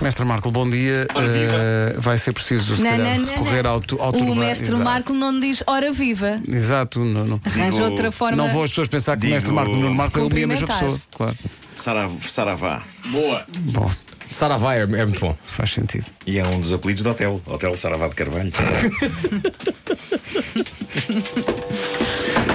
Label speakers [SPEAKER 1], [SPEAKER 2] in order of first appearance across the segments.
[SPEAKER 1] Mestre Marco, bom dia.
[SPEAKER 2] Ora viva.
[SPEAKER 1] Eh, vai ser preciso, se
[SPEAKER 3] Não,
[SPEAKER 1] calhar,
[SPEAKER 3] não, não,
[SPEAKER 1] recorrer
[SPEAKER 3] não.
[SPEAKER 1] ao, tu- ao
[SPEAKER 3] O
[SPEAKER 1] turbante.
[SPEAKER 3] mestre
[SPEAKER 1] Exato.
[SPEAKER 3] Marco não diz hora viva.
[SPEAKER 1] Exato, não, não.
[SPEAKER 3] Arranja
[SPEAKER 2] Digo-
[SPEAKER 3] outra forma.
[SPEAKER 1] Não vou as pessoas pensar que o
[SPEAKER 4] Digo-
[SPEAKER 1] mestre Marco Nuno Marco é o mesma
[SPEAKER 3] Cumprimentar.
[SPEAKER 1] pessoa. Claro.
[SPEAKER 4] Sara- Saravá.
[SPEAKER 2] Boa.
[SPEAKER 1] Bom,
[SPEAKER 5] Saravá é, é muito bom.
[SPEAKER 1] faz sentido.
[SPEAKER 4] E é um dos apelidos do hotel. Hotel Saravá de Carvalho.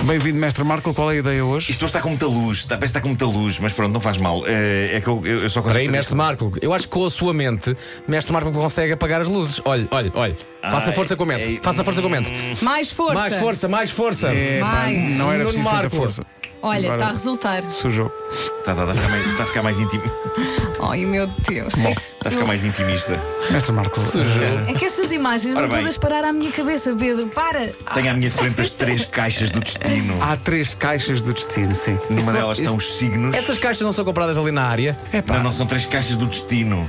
[SPEAKER 1] Bem-vindo, mestre Marco. Qual é a ideia hoje?
[SPEAKER 4] Isto hoje está com muita luz. Está, parece que está com muita luz, mas pronto, não faz mal. Eh, é que eu, eu, eu só consigo.
[SPEAKER 5] Espera aí,
[SPEAKER 4] fazer
[SPEAKER 5] mestre
[SPEAKER 4] isto.
[SPEAKER 5] Marco. Eu acho que com a sua mente, mestre Marco consegue apagar as luzes. Olha, olha, olha. Faça
[SPEAKER 4] Ai,
[SPEAKER 5] força com a mente.
[SPEAKER 4] ei,
[SPEAKER 5] Faça força com a mente.
[SPEAKER 3] Mais força.
[SPEAKER 5] Mais Hum. força, mais força.
[SPEAKER 1] É, pá,
[SPEAKER 3] Mais.
[SPEAKER 1] não era
[SPEAKER 5] Nuno
[SPEAKER 1] preciso tanta
[SPEAKER 5] Marco.
[SPEAKER 1] força.
[SPEAKER 3] Olha,
[SPEAKER 1] Agora-
[SPEAKER 3] está a resultar.
[SPEAKER 1] Sujou.
[SPEAKER 4] Está, está- está a ficar mais, está a ficar mais intimi-
[SPEAKER 3] Ai meu Deus.
[SPEAKER 4] está a ficar mais intimista.
[SPEAKER 1] Mestre Marco, eh,
[SPEAKER 3] É que essas imagens
[SPEAKER 4] Ora
[SPEAKER 3] vão
[SPEAKER 4] bem.
[SPEAKER 3] todas parar à minha cabeça, Pedro. Para!
[SPEAKER 4] Tenho à minha frente as três caixas do destino.
[SPEAKER 1] há três caixas do destino, sim.
[SPEAKER 4] Numa delas estão os signos.
[SPEAKER 5] Essas caixas não são compradas ali na área.
[SPEAKER 4] Não, não são três caixas do destino.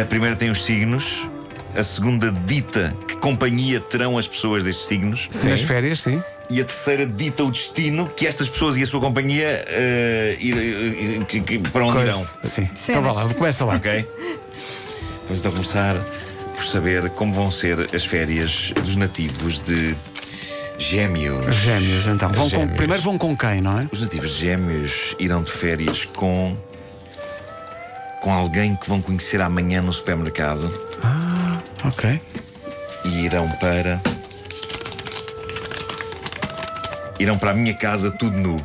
[SPEAKER 4] A primeira tem os signos. A segunda dita que companhia terão as pessoas destes signos.
[SPEAKER 1] Nas férias, sim.
[SPEAKER 4] E a terceira dita o destino que estas pessoas e a sua companhia eh, ir- ir- que- que- para onde irão.
[SPEAKER 1] Coisa. Sim. Então vá lá, começa lá.
[SPEAKER 4] Ok? Vamos então começar por saber como vão ser as férias dos nativos de Gêmeos.
[SPEAKER 1] Gêmeos, então. Vão com-
[SPEAKER 5] Gêmeos.
[SPEAKER 1] primeiro vão com quem, não é?
[SPEAKER 4] Os nativos de Gêmeos irão de férias com. com alguém que vão conhecer amanhã no supermercado
[SPEAKER 1] Ok.
[SPEAKER 4] e irão para. irão para a minha casa tudo nu.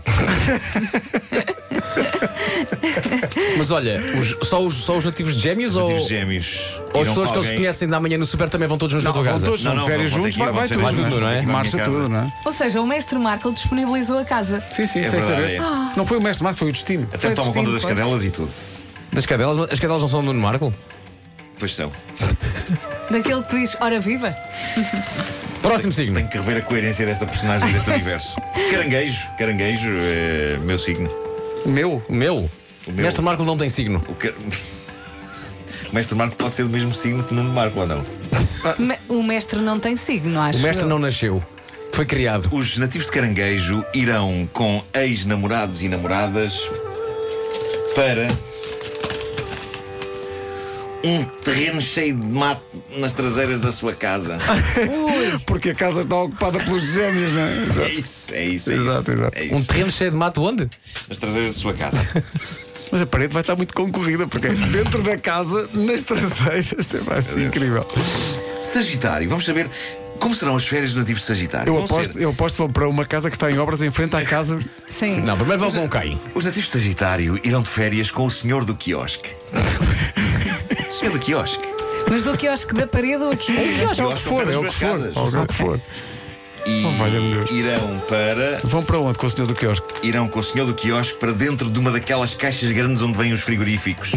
[SPEAKER 5] Mas olha, os- só, os, só os nativos de gêmeos ou,
[SPEAKER 4] Nativos de Gêmeos.
[SPEAKER 5] ou as
[SPEAKER 4] irão
[SPEAKER 5] pessoas
[SPEAKER 4] para
[SPEAKER 5] que eles
[SPEAKER 4] alguém-
[SPEAKER 5] conhecem da manhã no super também vão todos nos na
[SPEAKER 1] Não,
[SPEAKER 5] tua
[SPEAKER 1] vão
[SPEAKER 5] casa?
[SPEAKER 1] todos,
[SPEAKER 4] Não,
[SPEAKER 1] vão de
[SPEAKER 4] não,
[SPEAKER 1] férias
[SPEAKER 4] vão ter
[SPEAKER 1] juntos,
[SPEAKER 4] que ir,
[SPEAKER 1] vai, vai
[SPEAKER 4] vão ter
[SPEAKER 1] tudo.
[SPEAKER 4] que ir,
[SPEAKER 5] vai tudo, não
[SPEAKER 4] vão
[SPEAKER 5] é?
[SPEAKER 4] ter que ir para a minha
[SPEAKER 1] Marcha
[SPEAKER 4] casa.
[SPEAKER 1] tudo, não é?
[SPEAKER 3] Ou seja, o mestre Marco disponibilizou a casa.
[SPEAKER 1] Sim, sim,
[SPEAKER 4] É
[SPEAKER 1] sem
[SPEAKER 4] verdade,
[SPEAKER 1] saber. Ah.
[SPEAKER 4] é.
[SPEAKER 1] Não foi o mestre Marco, foi o destino.
[SPEAKER 4] Até
[SPEAKER 3] Foi
[SPEAKER 4] tomam conta
[SPEAKER 3] destino,
[SPEAKER 4] das
[SPEAKER 3] pois.
[SPEAKER 4] cadelas e tudo.
[SPEAKER 5] Das cadelas, as cadelas não são do Nuno Marco?
[SPEAKER 4] Pois são.
[SPEAKER 3] Daquele que diz hora viva.
[SPEAKER 5] Próximo signo.
[SPEAKER 4] Tenho que rever a coerência desta personagem e deste universo. Caranguejo, caranguejo é meu signo.
[SPEAKER 1] O meu?
[SPEAKER 5] O meu?
[SPEAKER 4] O meu.
[SPEAKER 5] Mestre Marco não tem signo.
[SPEAKER 4] O, car... o mestre Marco pode ser do mesmo signo que Nuno Marco, ou não?
[SPEAKER 1] Ah.
[SPEAKER 3] Me- O mestre não tem signo, acho.
[SPEAKER 5] O mestre
[SPEAKER 3] eu.
[SPEAKER 5] não nasceu. Foi criado.
[SPEAKER 4] Os nativos de caranguejo irão com ex-namorados e namoradas para um terreno cheio de mato nas traseiras da sua casa.
[SPEAKER 3] Ui,
[SPEAKER 1] Porque a casa está ocupada pelos gêmeos, não é?
[SPEAKER 4] É isso, é isso, é
[SPEAKER 1] Exato,
[SPEAKER 4] isso.
[SPEAKER 1] exato.
[SPEAKER 4] É isso.
[SPEAKER 5] Um terreno cheio de mato onde?
[SPEAKER 4] Nas traseiras da sua casa.
[SPEAKER 1] Mas a parede vai estar muito concorrida, porque é dentro da casa, nas traseiras, isso vai ser incrível.
[SPEAKER 4] Sagitário, vamos saber como serão as férias dos nativos de Sagitário.
[SPEAKER 1] Eu
[SPEAKER 4] Vão
[SPEAKER 1] aposto,
[SPEAKER 4] ser-
[SPEAKER 1] eu aposto que vão para uma casa que está em obras em frente à casa.
[SPEAKER 3] sim.
[SPEAKER 5] Não, primeiro vão com um quem?
[SPEAKER 4] Os nativos de Sagitário irão de férias com o senhor do quiosque. senhor do quiosque.
[SPEAKER 3] Mas do quiosque da parede ou aqui?
[SPEAKER 4] Quiosque ao pé das suas casas.
[SPEAKER 1] É o que for.
[SPEAKER 4] E
[SPEAKER 1] Oh, valha-me Deus.
[SPEAKER 4] irão para.
[SPEAKER 1] Vão para onde com o senhor do quiosque?
[SPEAKER 4] irão com o senhor do quiosque para dentro de uma daquelas caixas grandes onde vêm os frigoríficos.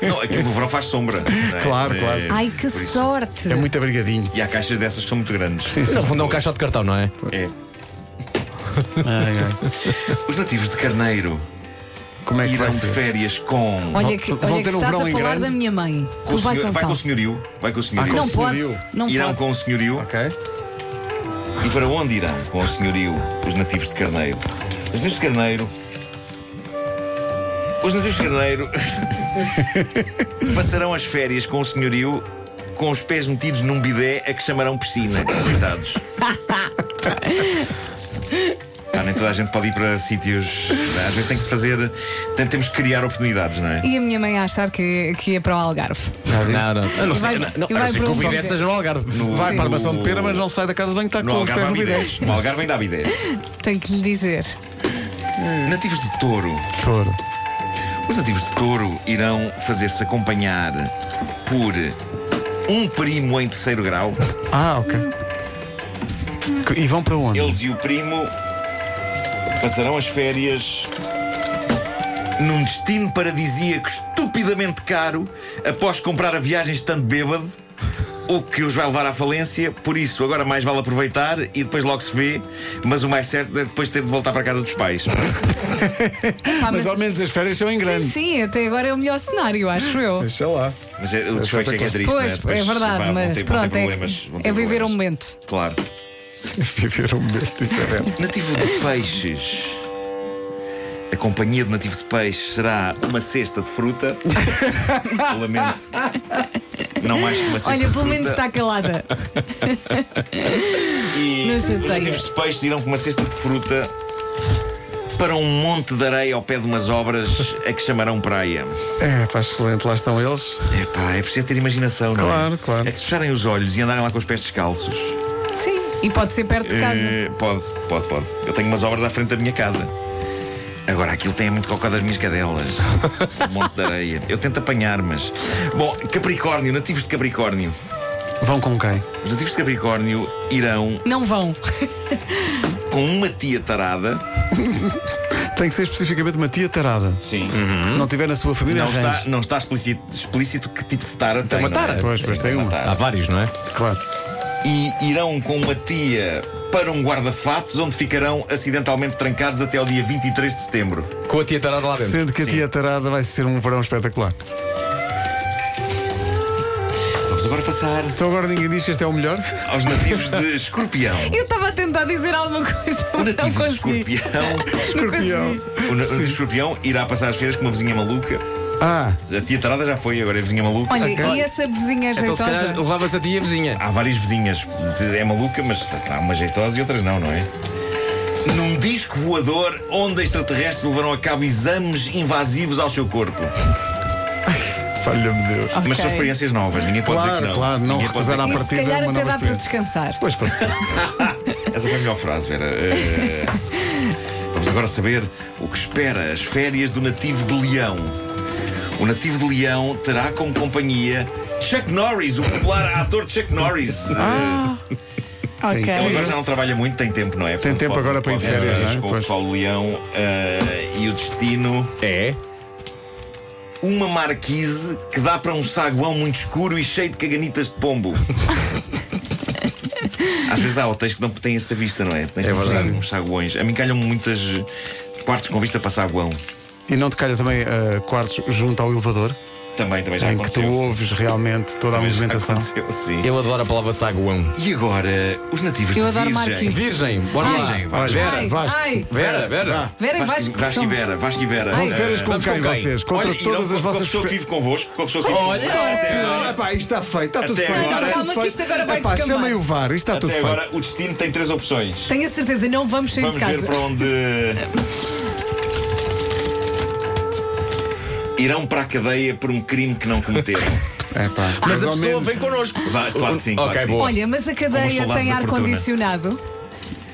[SPEAKER 4] não, aquilo no verão faz sombra. não é?
[SPEAKER 1] Claro,
[SPEAKER 4] É,
[SPEAKER 1] claro.
[SPEAKER 3] Ai, que
[SPEAKER 4] por isso.
[SPEAKER 3] sorte!
[SPEAKER 1] É muito abrigadinho.
[SPEAKER 4] E há caixas dessas que são muito grandes.
[SPEAKER 5] No fundo é um caixote de cartão, não é?
[SPEAKER 4] É.
[SPEAKER 1] Ai, ai.
[SPEAKER 4] Os nativos de Carneiro
[SPEAKER 1] Como é que
[SPEAKER 4] irão
[SPEAKER 1] vai
[SPEAKER 4] de
[SPEAKER 1] ser?
[SPEAKER 4] férias com.
[SPEAKER 3] Olha que,
[SPEAKER 1] Vão ter
[SPEAKER 3] olha que
[SPEAKER 1] um
[SPEAKER 3] estás a
[SPEAKER 1] verão
[SPEAKER 3] falar
[SPEAKER 1] em grande?
[SPEAKER 3] da minha mãe.
[SPEAKER 4] com
[SPEAKER 3] Tu
[SPEAKER 4] o
[SPEAKER 3] vai
[SPEAKER 4] senhor-
[SPEAKER 3] com
[SPEAKER 4] vai com o
[SPEAKER 3] calma.
[SPEAKER 4] senhorio. Vai com o senhorio.
[SPEAKER 3] Não pode.
[SPEAKER 1] senhorio.
[SPEAKER 3] Não
[SPEAKER 4] irão
[SPEAKER 3] pode.
[SPEAKER 4] com o senhorio.
[SPEAKER 1] Ok.
[SPEAKER 4] E para onde irão com o senhorio os nativos de Carneiro? Os nativos de Carneiro. Os nativos de Carneiro passarão as férias com o senhorio com os pés metidos num bidé a que chamarão piscina. Coitados. Ah, nem toda a gente pode ir para sítios. né? Às vezes tem que se fazer. tem- Temos que criar oportunidades, não é?
[SPEAKER 3] E a minha mãe a achar que, que ia para o Algarve.
[SPEAKER 5] Não, não. A não
[SPEAKER 3] E vai-
[SPEAKER 5] ser, não, não,
[SPEAKER 3] e
[SPEAKER 5] a não
[SPEAKER 3] vai
[SPEAKER 5] ser
[SPEAKER 3] para
[SPEAKER 5] que o
[SPEAKER 3] um
[SPEAKER 5] bilhete
[SPEAKER 3] só-
[SPEAKER 5] seja no Algarve.
[SPEAKER 1] Vai
[SPEAKER 3] Sim.
[SPEAKER 1] para a maçã de pera, mas não sai da casa de banho que está
[SPEAKER 4] No
[SPEAKER 1] com os
[SPEAKER 4] Algarve
[SPEAKER 1] pés no
[SPEAKER 4] há
[SPEAKER 1] bidé.
[SPEAKER 4] bidés. No Algarve ainda há bidés.
[SPEAKER 3] Tenho que lhe dizer.
[SPEAKER 4] Nativos de touro.
[SPEAKER 1] Touro.
[SPEAKER 4] Os nativos de Touro irão fazer-se acompanhar por um primo em terceiro grau.
[SPEAKER 1] Ah, ok. Que- E vão para onde?
[SPEAKER 4] Eles e o primo passarão as férias num destino paradisíaco estupidamente caro após comprar a viagem estando bêbado. O que os vai levar à falência, por isso agora mais vale aproveitar e depois logo se vê, mas o mais certo é depois ter de voltar para a casa dos pais.
[SPEAKER 3] Pá,
[SPEAKER 1] Mas ao menos as férias são em grande.
[SPEAKER 3] Sim, até agora é o melhor cenário, acho eu.
[SPEAKER 1] Deixa lá.
[SPEAKER 4] Mas é, o desfecho é que é triste, não
[SPEAKER 3] Pois, é
[SPEAKER 4] Depois,
[SPEAKER 3] verdade,
[SPEAKER 4] vá, vão
[SPEAKER 3] mas
[SPEAKER 4] ter- vão ter
[SPEAKER 3] pronto, é,
[SPEAKER 4] problemas, vão ter
[SPEAKER 3] é viver um
[SPEAKER 4] problemas.
[SPEAKER 3] momento.
[SPEAKER 4] Claro.
[SPEAKER 1] Viver um momento diferente.
[SPEAKER 4] Nativo de peixes. A companhia de nativo de peixe será uma cesta de fruta. Lamento. Não mais que uma cesta
[SPEAKER 3] Olha,
[SPEAKER 4] de
[SPEAKER 3] pelo
[SPEAKER 4] fruta.
[SPEAKER 3] menos está calada.
[SPEAKER 4] E
[SPEAKER 3] Não
[SPEAKER 4] os
[SPEAKER 3] chateia.
[SPEAKER 4] nativos de peixes irão com uma cesta de fruta para um monte de areia ao pé de umas obras a que chamarão praia.
[SPEAKER 1] É, pá, excelente, lá estão eles.
[SPEAKER 4] Epá, é preciso ter imaginação, não é?
[SPEAKER 1] Claro, claro.
[SPEAKER 4] É que se fecharem os olhos e andarem lá com os pés descalços.
[SPEAKER 3] Sim, e pode ser perto de casa.
[SPEAKER 4] eh, pode, pode, pode. Eu tenho umas obras à frente da minha casa. Agora, aquilo tem muito cocó das minhas cadelas. um monte de areia. Eu tento apanhar, mas. Bom, Capricórnio, nativos de Capricórnio.
[SPEAKER 1] Vão com quem?
[SPEAKER 4] Os nativos de Capricórnio irão
[SPEAKER 3] Não vão.
[SPEAKER 4] com uma tia tarada.
[SPEAKER 1] Tem que ser especificamente uma tia tarada.
[SPEAKER 4] Sim.
[SPEAKER 1] Se Hum? não tiver na sua família,
[SPEAKER 4] Uhum. Não
[SPEAKER 1] arranje.
[SPEAKER 4] está, não está explícito, explícito que tipo de tara tem.
[SPEAKER 5] uma
[SPEAKER 4] não é?
[SPEAKER 5] tara.
[SPEAKER 1] Então, Pois, pois, tem uma.
[SPEAKER 5] Há
[SPEAKER 4] tara.
[SPEAKER 5] vários, não é?
[SPEAKER 1] Claro.
[SPEAKER 4] E irão com uma tia para um guarda-fatos, onde ficarão acidentalmente trancados até ao dia 23 de setembro.
[SPEAKER 5] Com a tia tarada lá dentro.
[SPEAKER 1] Sendo que a
[SPEAKER 4] Sim.
[SPEAKER 1] tia tarada vai ser um verão espetacular.
[SPEAKER 4] Vamos agora passar
[SPEAKER 1] Então agora ninguém diz que este é o melhor.
[SPEAKER 4] aos nativos de Escorpião.
[SPEAKER 3] Eu estava a tentar dizer alguma coisa,
[SPEAKER 4] O
[SPEAKER 3] mas não
[SPEAKER 4] nativo de
[SPEAKER 3] consegui.
[SPEAKER 4] Escorpião.
[SPEAKER 3] Não
[SPEAKER 1] Escorpião.
[SPEAKER 3] consegui.
[SPEAKER 4] O na- o de Escorpião irá passar as férias com uma vizinha maluca.
[SPEAKER 1] Ah,
[SPEAKER 4] A tia tarada já foi, agora é a vizinha maluca.
[SPEAKER 3] Olha,
[SPEAKER 1] Ok.
[SPEAKER 3] e essa vizinha
[SPEAKER 5] Então, se
[SPEAKER 3] jeitosa?
[SPEAKER 5] calhar, levavas a tia vizinha.
[SPEAKER 4] Há várias vizinhas. É maluca, mas há uma jeitosa e outras não, não é? Num disco voador onde extraterrestres levarão a cabo exames invasivos ao seu corpo.
[SPEAKER 1] falha-me Deus.
[SPEAKER 3] Ok.
[SPEAKER 4] Mas são experiências novas, ninguém pode dizer que
[SPEAKER 1] Claro,
[SPEAKER 4] não.
[SPEAKER 1] claro, não
[SPEAKER 4] Ninguém pode dizer
[SPEAKER 1] recusar à
[SPEAKER 4] que
[SPEAKER 3] E
[SPEAKER 4] não.
[SPEAKER 3] se
[SPEAKER 1] partida
[SPEAKER 3] calhar
[SPEAKER 1] uma
[SPEAKER 3] até
[SPEAKER 1] nova
[SPEAKER 3] dá para
[SPEAKER 1] experiência.
[SPEAKER 3] descansar.
[SPEAKER 1] Pois, pois.
[SPEAKER 4] Essa foi a melhor frase, Vera. Eh, vamos agora saber o que espera as férias do nativo de Leão. O nativo de Leão terá como companhia Chuck Norris, o popular ator Chuck Norris. Eh,
[SPEAKER 1] Ah.
[SPEAKER 3] Ok.
[SPEAKER 4] Ele agora já não trabalha muito, tem tempo, não é? Portanto,
[SPEAKER 1] tempo agora para ir de
[SPEAKER 4] pode
[SPEAKER 1] férias, não é?
[SPEAKER 4] Com o
[SPEAKER 1] Pois.
[SPEAKER 4] pessoal de Leão eh, e o destino.
[SPEAKER 5] É.
[SPEAKER 4] Uma marquise que dá para um saguão muito escuro e cheio de caganitas de pombo. Às vezes há hotéis que não têm essa vista, não é? Tens é
[SPEAKER 1] verdade.
[SPEAKER 4] uns saguões. A mim calham-me muitas quartos com vista para saguão.
[SPEAKER 1] E não te calha também ah, quartos junto ao elevador,
[SPEAKER 4] Também, também já
[SPEAKER 1] em que tu
[SPEAKER 4] aconteceu.
[SPEAKER 1] ouves realmente toda a
[SPEAKER 4] Também já
[SPEAKER 1] movimentação.
[SPEAKER 4] aconteceu, sim.
[SPEAKER 5] Eu adoro a palavra saguão.
[SPEAKER 4] E agora, os nativos
[SPEAKER 3] Eu
[SPEAKER 4] de
[SPEAKER 3] adoro
[SPEAKER 4] Virgem.
[SPEAKER 3] marquise.
[SPEAKER 5] Virgem, bora lá.
[SPEAKER 4] Virgem, vai.
[SPEAKER 3] Ai,
[SPEAKER 5] Vera,
[SPEAKER 3] ai.
[SPEAKER 5] Vera, Vera.
[SPEAKER 3] Vera e
[SPEAKER 4] Vasco,
[SPEAKER 3] Vasco.
[SPEAKER 4] Vasco e
[SPEAKER 3] são-
[SPEAKER 4] Vera, Vasco e Vera.
[SPEAKER 3] Ai.
[SPEAKER 1] Vão de férias com
[SPEAKER 5] Vamos com
[SPEAKER 1] quem
[SPEAKER 5] quem?
[SPEAKER 1] vocês? Contra
[SPEAKER 4] Olha, e não,
[SPEAKER 1] todas
[SPEAKER 4] com,
[SPEAKER 1] as
[SPEAKER 4] Com a
[SPEAKER 1] vossas.
[SPEAKER 4] pessoa que
[SPEAKER 1] fe-
[SPEAKER 4] vive convosco, com a pessoa que vive
[SPEAKER 5] Olha.
[SPEAKER 4] convosco. Até
[SPEAKER 1] Ah,
[SPEAKER 4] agora-
[SPEAKER 1] pá, isto está feito, está tudo
[SPEAKER 4] Até
[SPEAKER 1] feito.
[SPEAKER 4] agora-
[SPEAKER 1] está tudo
[SPEAKER 3] Calma, que
[SPEAKER 1] feito.
[SPEAKER 3] isto agora vai
[SPEAKER 1] Epá,
[SPEAKER 3] descambar.
[SPEAKER 1] Chamem o VAR, isto está tudo
[SPEAKER 4] Até
[SPEAKER 1] feito.
[SPEAKER 4] agora, o destino tem três opções.
[SPEAKER 3] Tenho a certeza, não vamos sair
[SPEAKER 4] Vamos
[SPEAKER 3] de casa.
[SPEAKER 4] ver para onde. Irão para a cadeia por um crime que não cometeram.
[SPEAKER 1] Epá,
[SPEAKER 5] Mas a
[SPEAKER 1] ao
[SPEAKER 5] pessoa
[SPEAKER 1] menos-
[SPEAKER 5] vem connosco.
[SPEAKER 4] Vai, claro que sim. Claro
[SPEAKER 5] Ok,
[SPEAKER 4] que sim.
[SPEAKER 5] boa.
[SPEAKER 3] Olha, mas a
[SPEAKER 4] Como os
[SPEAKER 3] cadeia
[SPEAKER 4] soldados
[SPEAKER 3] tem
[SPEAKER 4] da Eh,
[SPEAKER 3] ar-condicionado.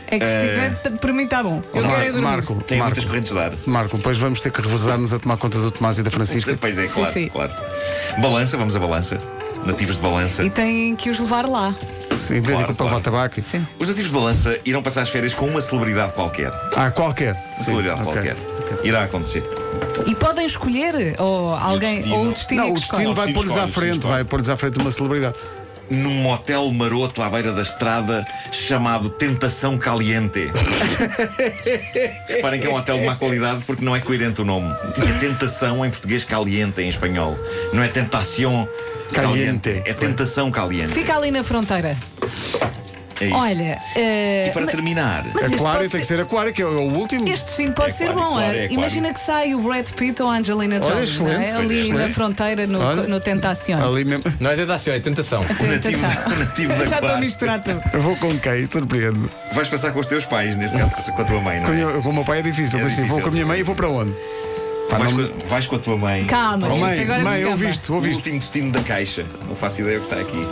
[SPEAKER 3] É que se tiver, t- por mim está bom. Eu
[SPEAKER 1] Mar-
[SPEAKER 3] quero é dormir.
[SPEAKER 1] Marco,
[SPEAKER 4] Tem
[SPEAKER 1] Marco,
[SPEAKER 4] muitas correntes de ar.
[SPEAKER 1] Marco, depois vamos ter que revezar-nos a tomar conta do Tomás e da Francisca.
[SPEAKER 4] Pois é, claro,
[SPEAKER 3] sim.
[SPEAKER 4] claro. Balança, vamos a balança. Nativos de balança.
[SPEAKER 3] E tem que os levar lá.
[SPEAKER 1] Em vez de
[SPEAKER 4] Claro,
[SPEAKER 1] comprar levar
[SPEAKER 4] claro.
[SPEAKER 1] tabaco.
[SPEAKER 3] Sim.
[SPEAKER 4] Os nativos de balança irão passar as férias com uma celebridade qualquer. Um
[SPEAKER 1] Ah, qualquer.
[SPEAKER 4] celebridade
[SPEAKER 1] ok.
[SPEAKER 4] qualquer. Irá acontecer.
[SPEAKER 3] E podem escolher ou alguém,
[SPEAKER 4] destino.
[SPEAKER 3] ou o destino é
[SPEAKER 1] Não, o
[SPEAKER 3] que escolhe.
[SPEAKER 1] destino
[SPEAKER 4] escolhe.
[SPEAKER 1] vai pôr-lhes à
[SPEAKER 4] Escolhe,
[SPEAKER 1] frente,
[SPEAKER 4] escolhe.
[SPEAKER 1] vai pôr-lhes à frente uma celebridade.
[SPEAKER 4] Num motel maroto à beira da estrada chamado Tentação Caliente. Reparem que é um hotel de má qualidade porque não é coerente o nome. Tinha tentação em português caliente em espanhol. Não é tentação
[SPEAKER 1] Caliente.
[SPEAKER 4] caliente. É tentação caliente.
[SPEAKER 3] Fica ali na fronteira.
[SPEAKER 4] É isso.
[SPEAKER 3] Olha, eh,
[SPEAKER 4] E para
[SPEAKER 3] ma-
[SPEAKER 4] terminar,
[SPEAKER 3] Mas isto
[SPEAKER 1] Aquário
[SPEAKER 3] pode
[SPEAKER 1] tem que
[SPEAKER 3] ser-
[SPEAKER 1] ser aquário, que é o último.
[SPEAKER 3] este destino pode
[SPEAKER 4] É
[SPEAKER 3] ser
[SPEAKER 4] claro,
[SPEAKER 3] bom.
[SPEAKER 4] claro,
[SPEAKER 3] eh?
[SPEAKER 4] é claro.
[SPEAKER 3] Imagina que sai o Brad Pitt ou a Angelina
[SPEAKER 1] Olha,
[SPEAKER 3] Jones, não é?
[SPEAKER 1] excelente.
[SPEAKER 3] ali
[SPEAKER 4] Pois é,
[SPEAKER 3] na
[SPEAKER 4] excelente.
[SPEAKER 3] fronteira, no,
[SPEAKER 1] Olha.
[SPEAKER 3] no Tentacion.
[SPEAKER 1] Ali mesmo.
[SPEAKER 5] Não é tentação, é tentação.
[SPEAKER 4] o nativo, o nativo da
[SPEAKER 3] Já estou a
[SPEAKER 4] Aquário.
[SPEAKER 3] misturar tudo.
[SPEAKER 1] Eu vou com quem? Surpreende.
[SPEAKER 4] Vais passar com os teus pais, neste caso com a tua mãe,
[SPEAKER 1] Com,
[SPEAKER 4] não é?
[SPEAKER 1] eu- com o meu pai é difícil,
[SPEAKER 4] É
[SPEAKER 1] mas sim, vou
[SPEAKER 4] difícil.
[SPEAKER 1] com a minha mãe e vou para onde? Pá,
[SPEAKER 4] Vais
[SPEAKER 1] não-
[SPEAKER 4] com, vais com a tua mãe.
[SPEAKER 3] Calma,
[SPEAKER 1] Oh,
[SPEAKER 3] isto
[SPEAKER 1] mãe,
[SPEAKER 3] agora
[SPEAKER 1] mãe,
[SPEAKER 3] descamba.
[SPEAKER 1] ouviste,
[SPEAKER 4] O
[SPEAKER 1] ouviste.
[SPEAKER 4] último destino da caixa. Não faço ideia o que está aqui.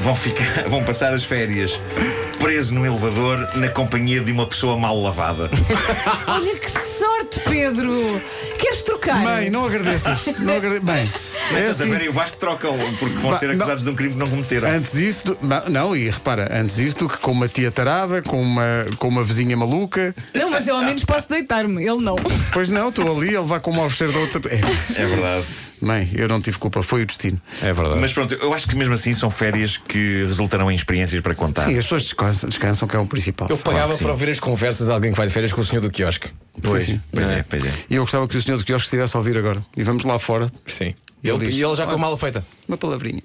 [SPEAKER 4] Vão, ficar, vão passar as férias preso no elevador na companhia de uma pessoa mal lavada.
[SPEAKER 1] É
[SPEAKER 3] Olha que sorte, Pedro! Queres trocar?
[SPEAKER 1] Mãe, não agradeças. Não agrade... Mãe, é
[SPEAKER 4] Mas a
[SPEAKER 1] assim.
[SPEAKER 4] Vera e o Vasco trocam porque vão
[SPEAKER 1] Bah,
[SPEAKER 4] ser
[SPEAKER 1] não. É.
[SPEAKER 4] acusados de um crime que não cometeram.
[SPEAKER 1] Antes isso, do- ba- não, e repara, antes isso do que com uma tia tarada, com uma, com uma vizinha maluca,
[SPEAKER 3] Não, mas eu ao menos posso deitar-me. Ele não.
[SPEAKER 1] pois não, estou ali, ele vai com uma oferecer da outra. É,
[SPEAKER 4] É verdade.
[SPEAKER 1] mãe, eu não tive culpa, foi o destino.
[SPEAKER 5] É verdade.
[SPEAKER 4] Mas pronto, eu acho que mesmo assim são férias que resultarão em experiências para contar.
[SPEAKER 1] Sim, é. as pessoas descansam, descansam, que é o principal.
[SPEAKER 5] Eu pagava
[SPEAKER 4] que sim.
[SPEAKER 5] para ouvir as conversas de alguém que vai de férias com o senhor do quiosque.
[SPEAKER 4] Pois,
[SPEAKER 1] Sim, sim.
[SPEAKER 4] pois
[SPEAKER 5] Não
[SPEAKER 4] é,
[SPEAKER 5] é?
[SPEAKER 4] pois é.
[SPEAKER 1] E eu gostava que o senhor do quiosque estivesse a ouvir agora. E vamos lá fora,
[SPEAKER 5] Sim.
[SPEAKER 1] Ele
[SPEAKER 5] Ele,
[SPEAKER 1] diz-
[SPEAKER 5] e ele já com a mala feita.
[SPEAKER 1] uma palavrinha.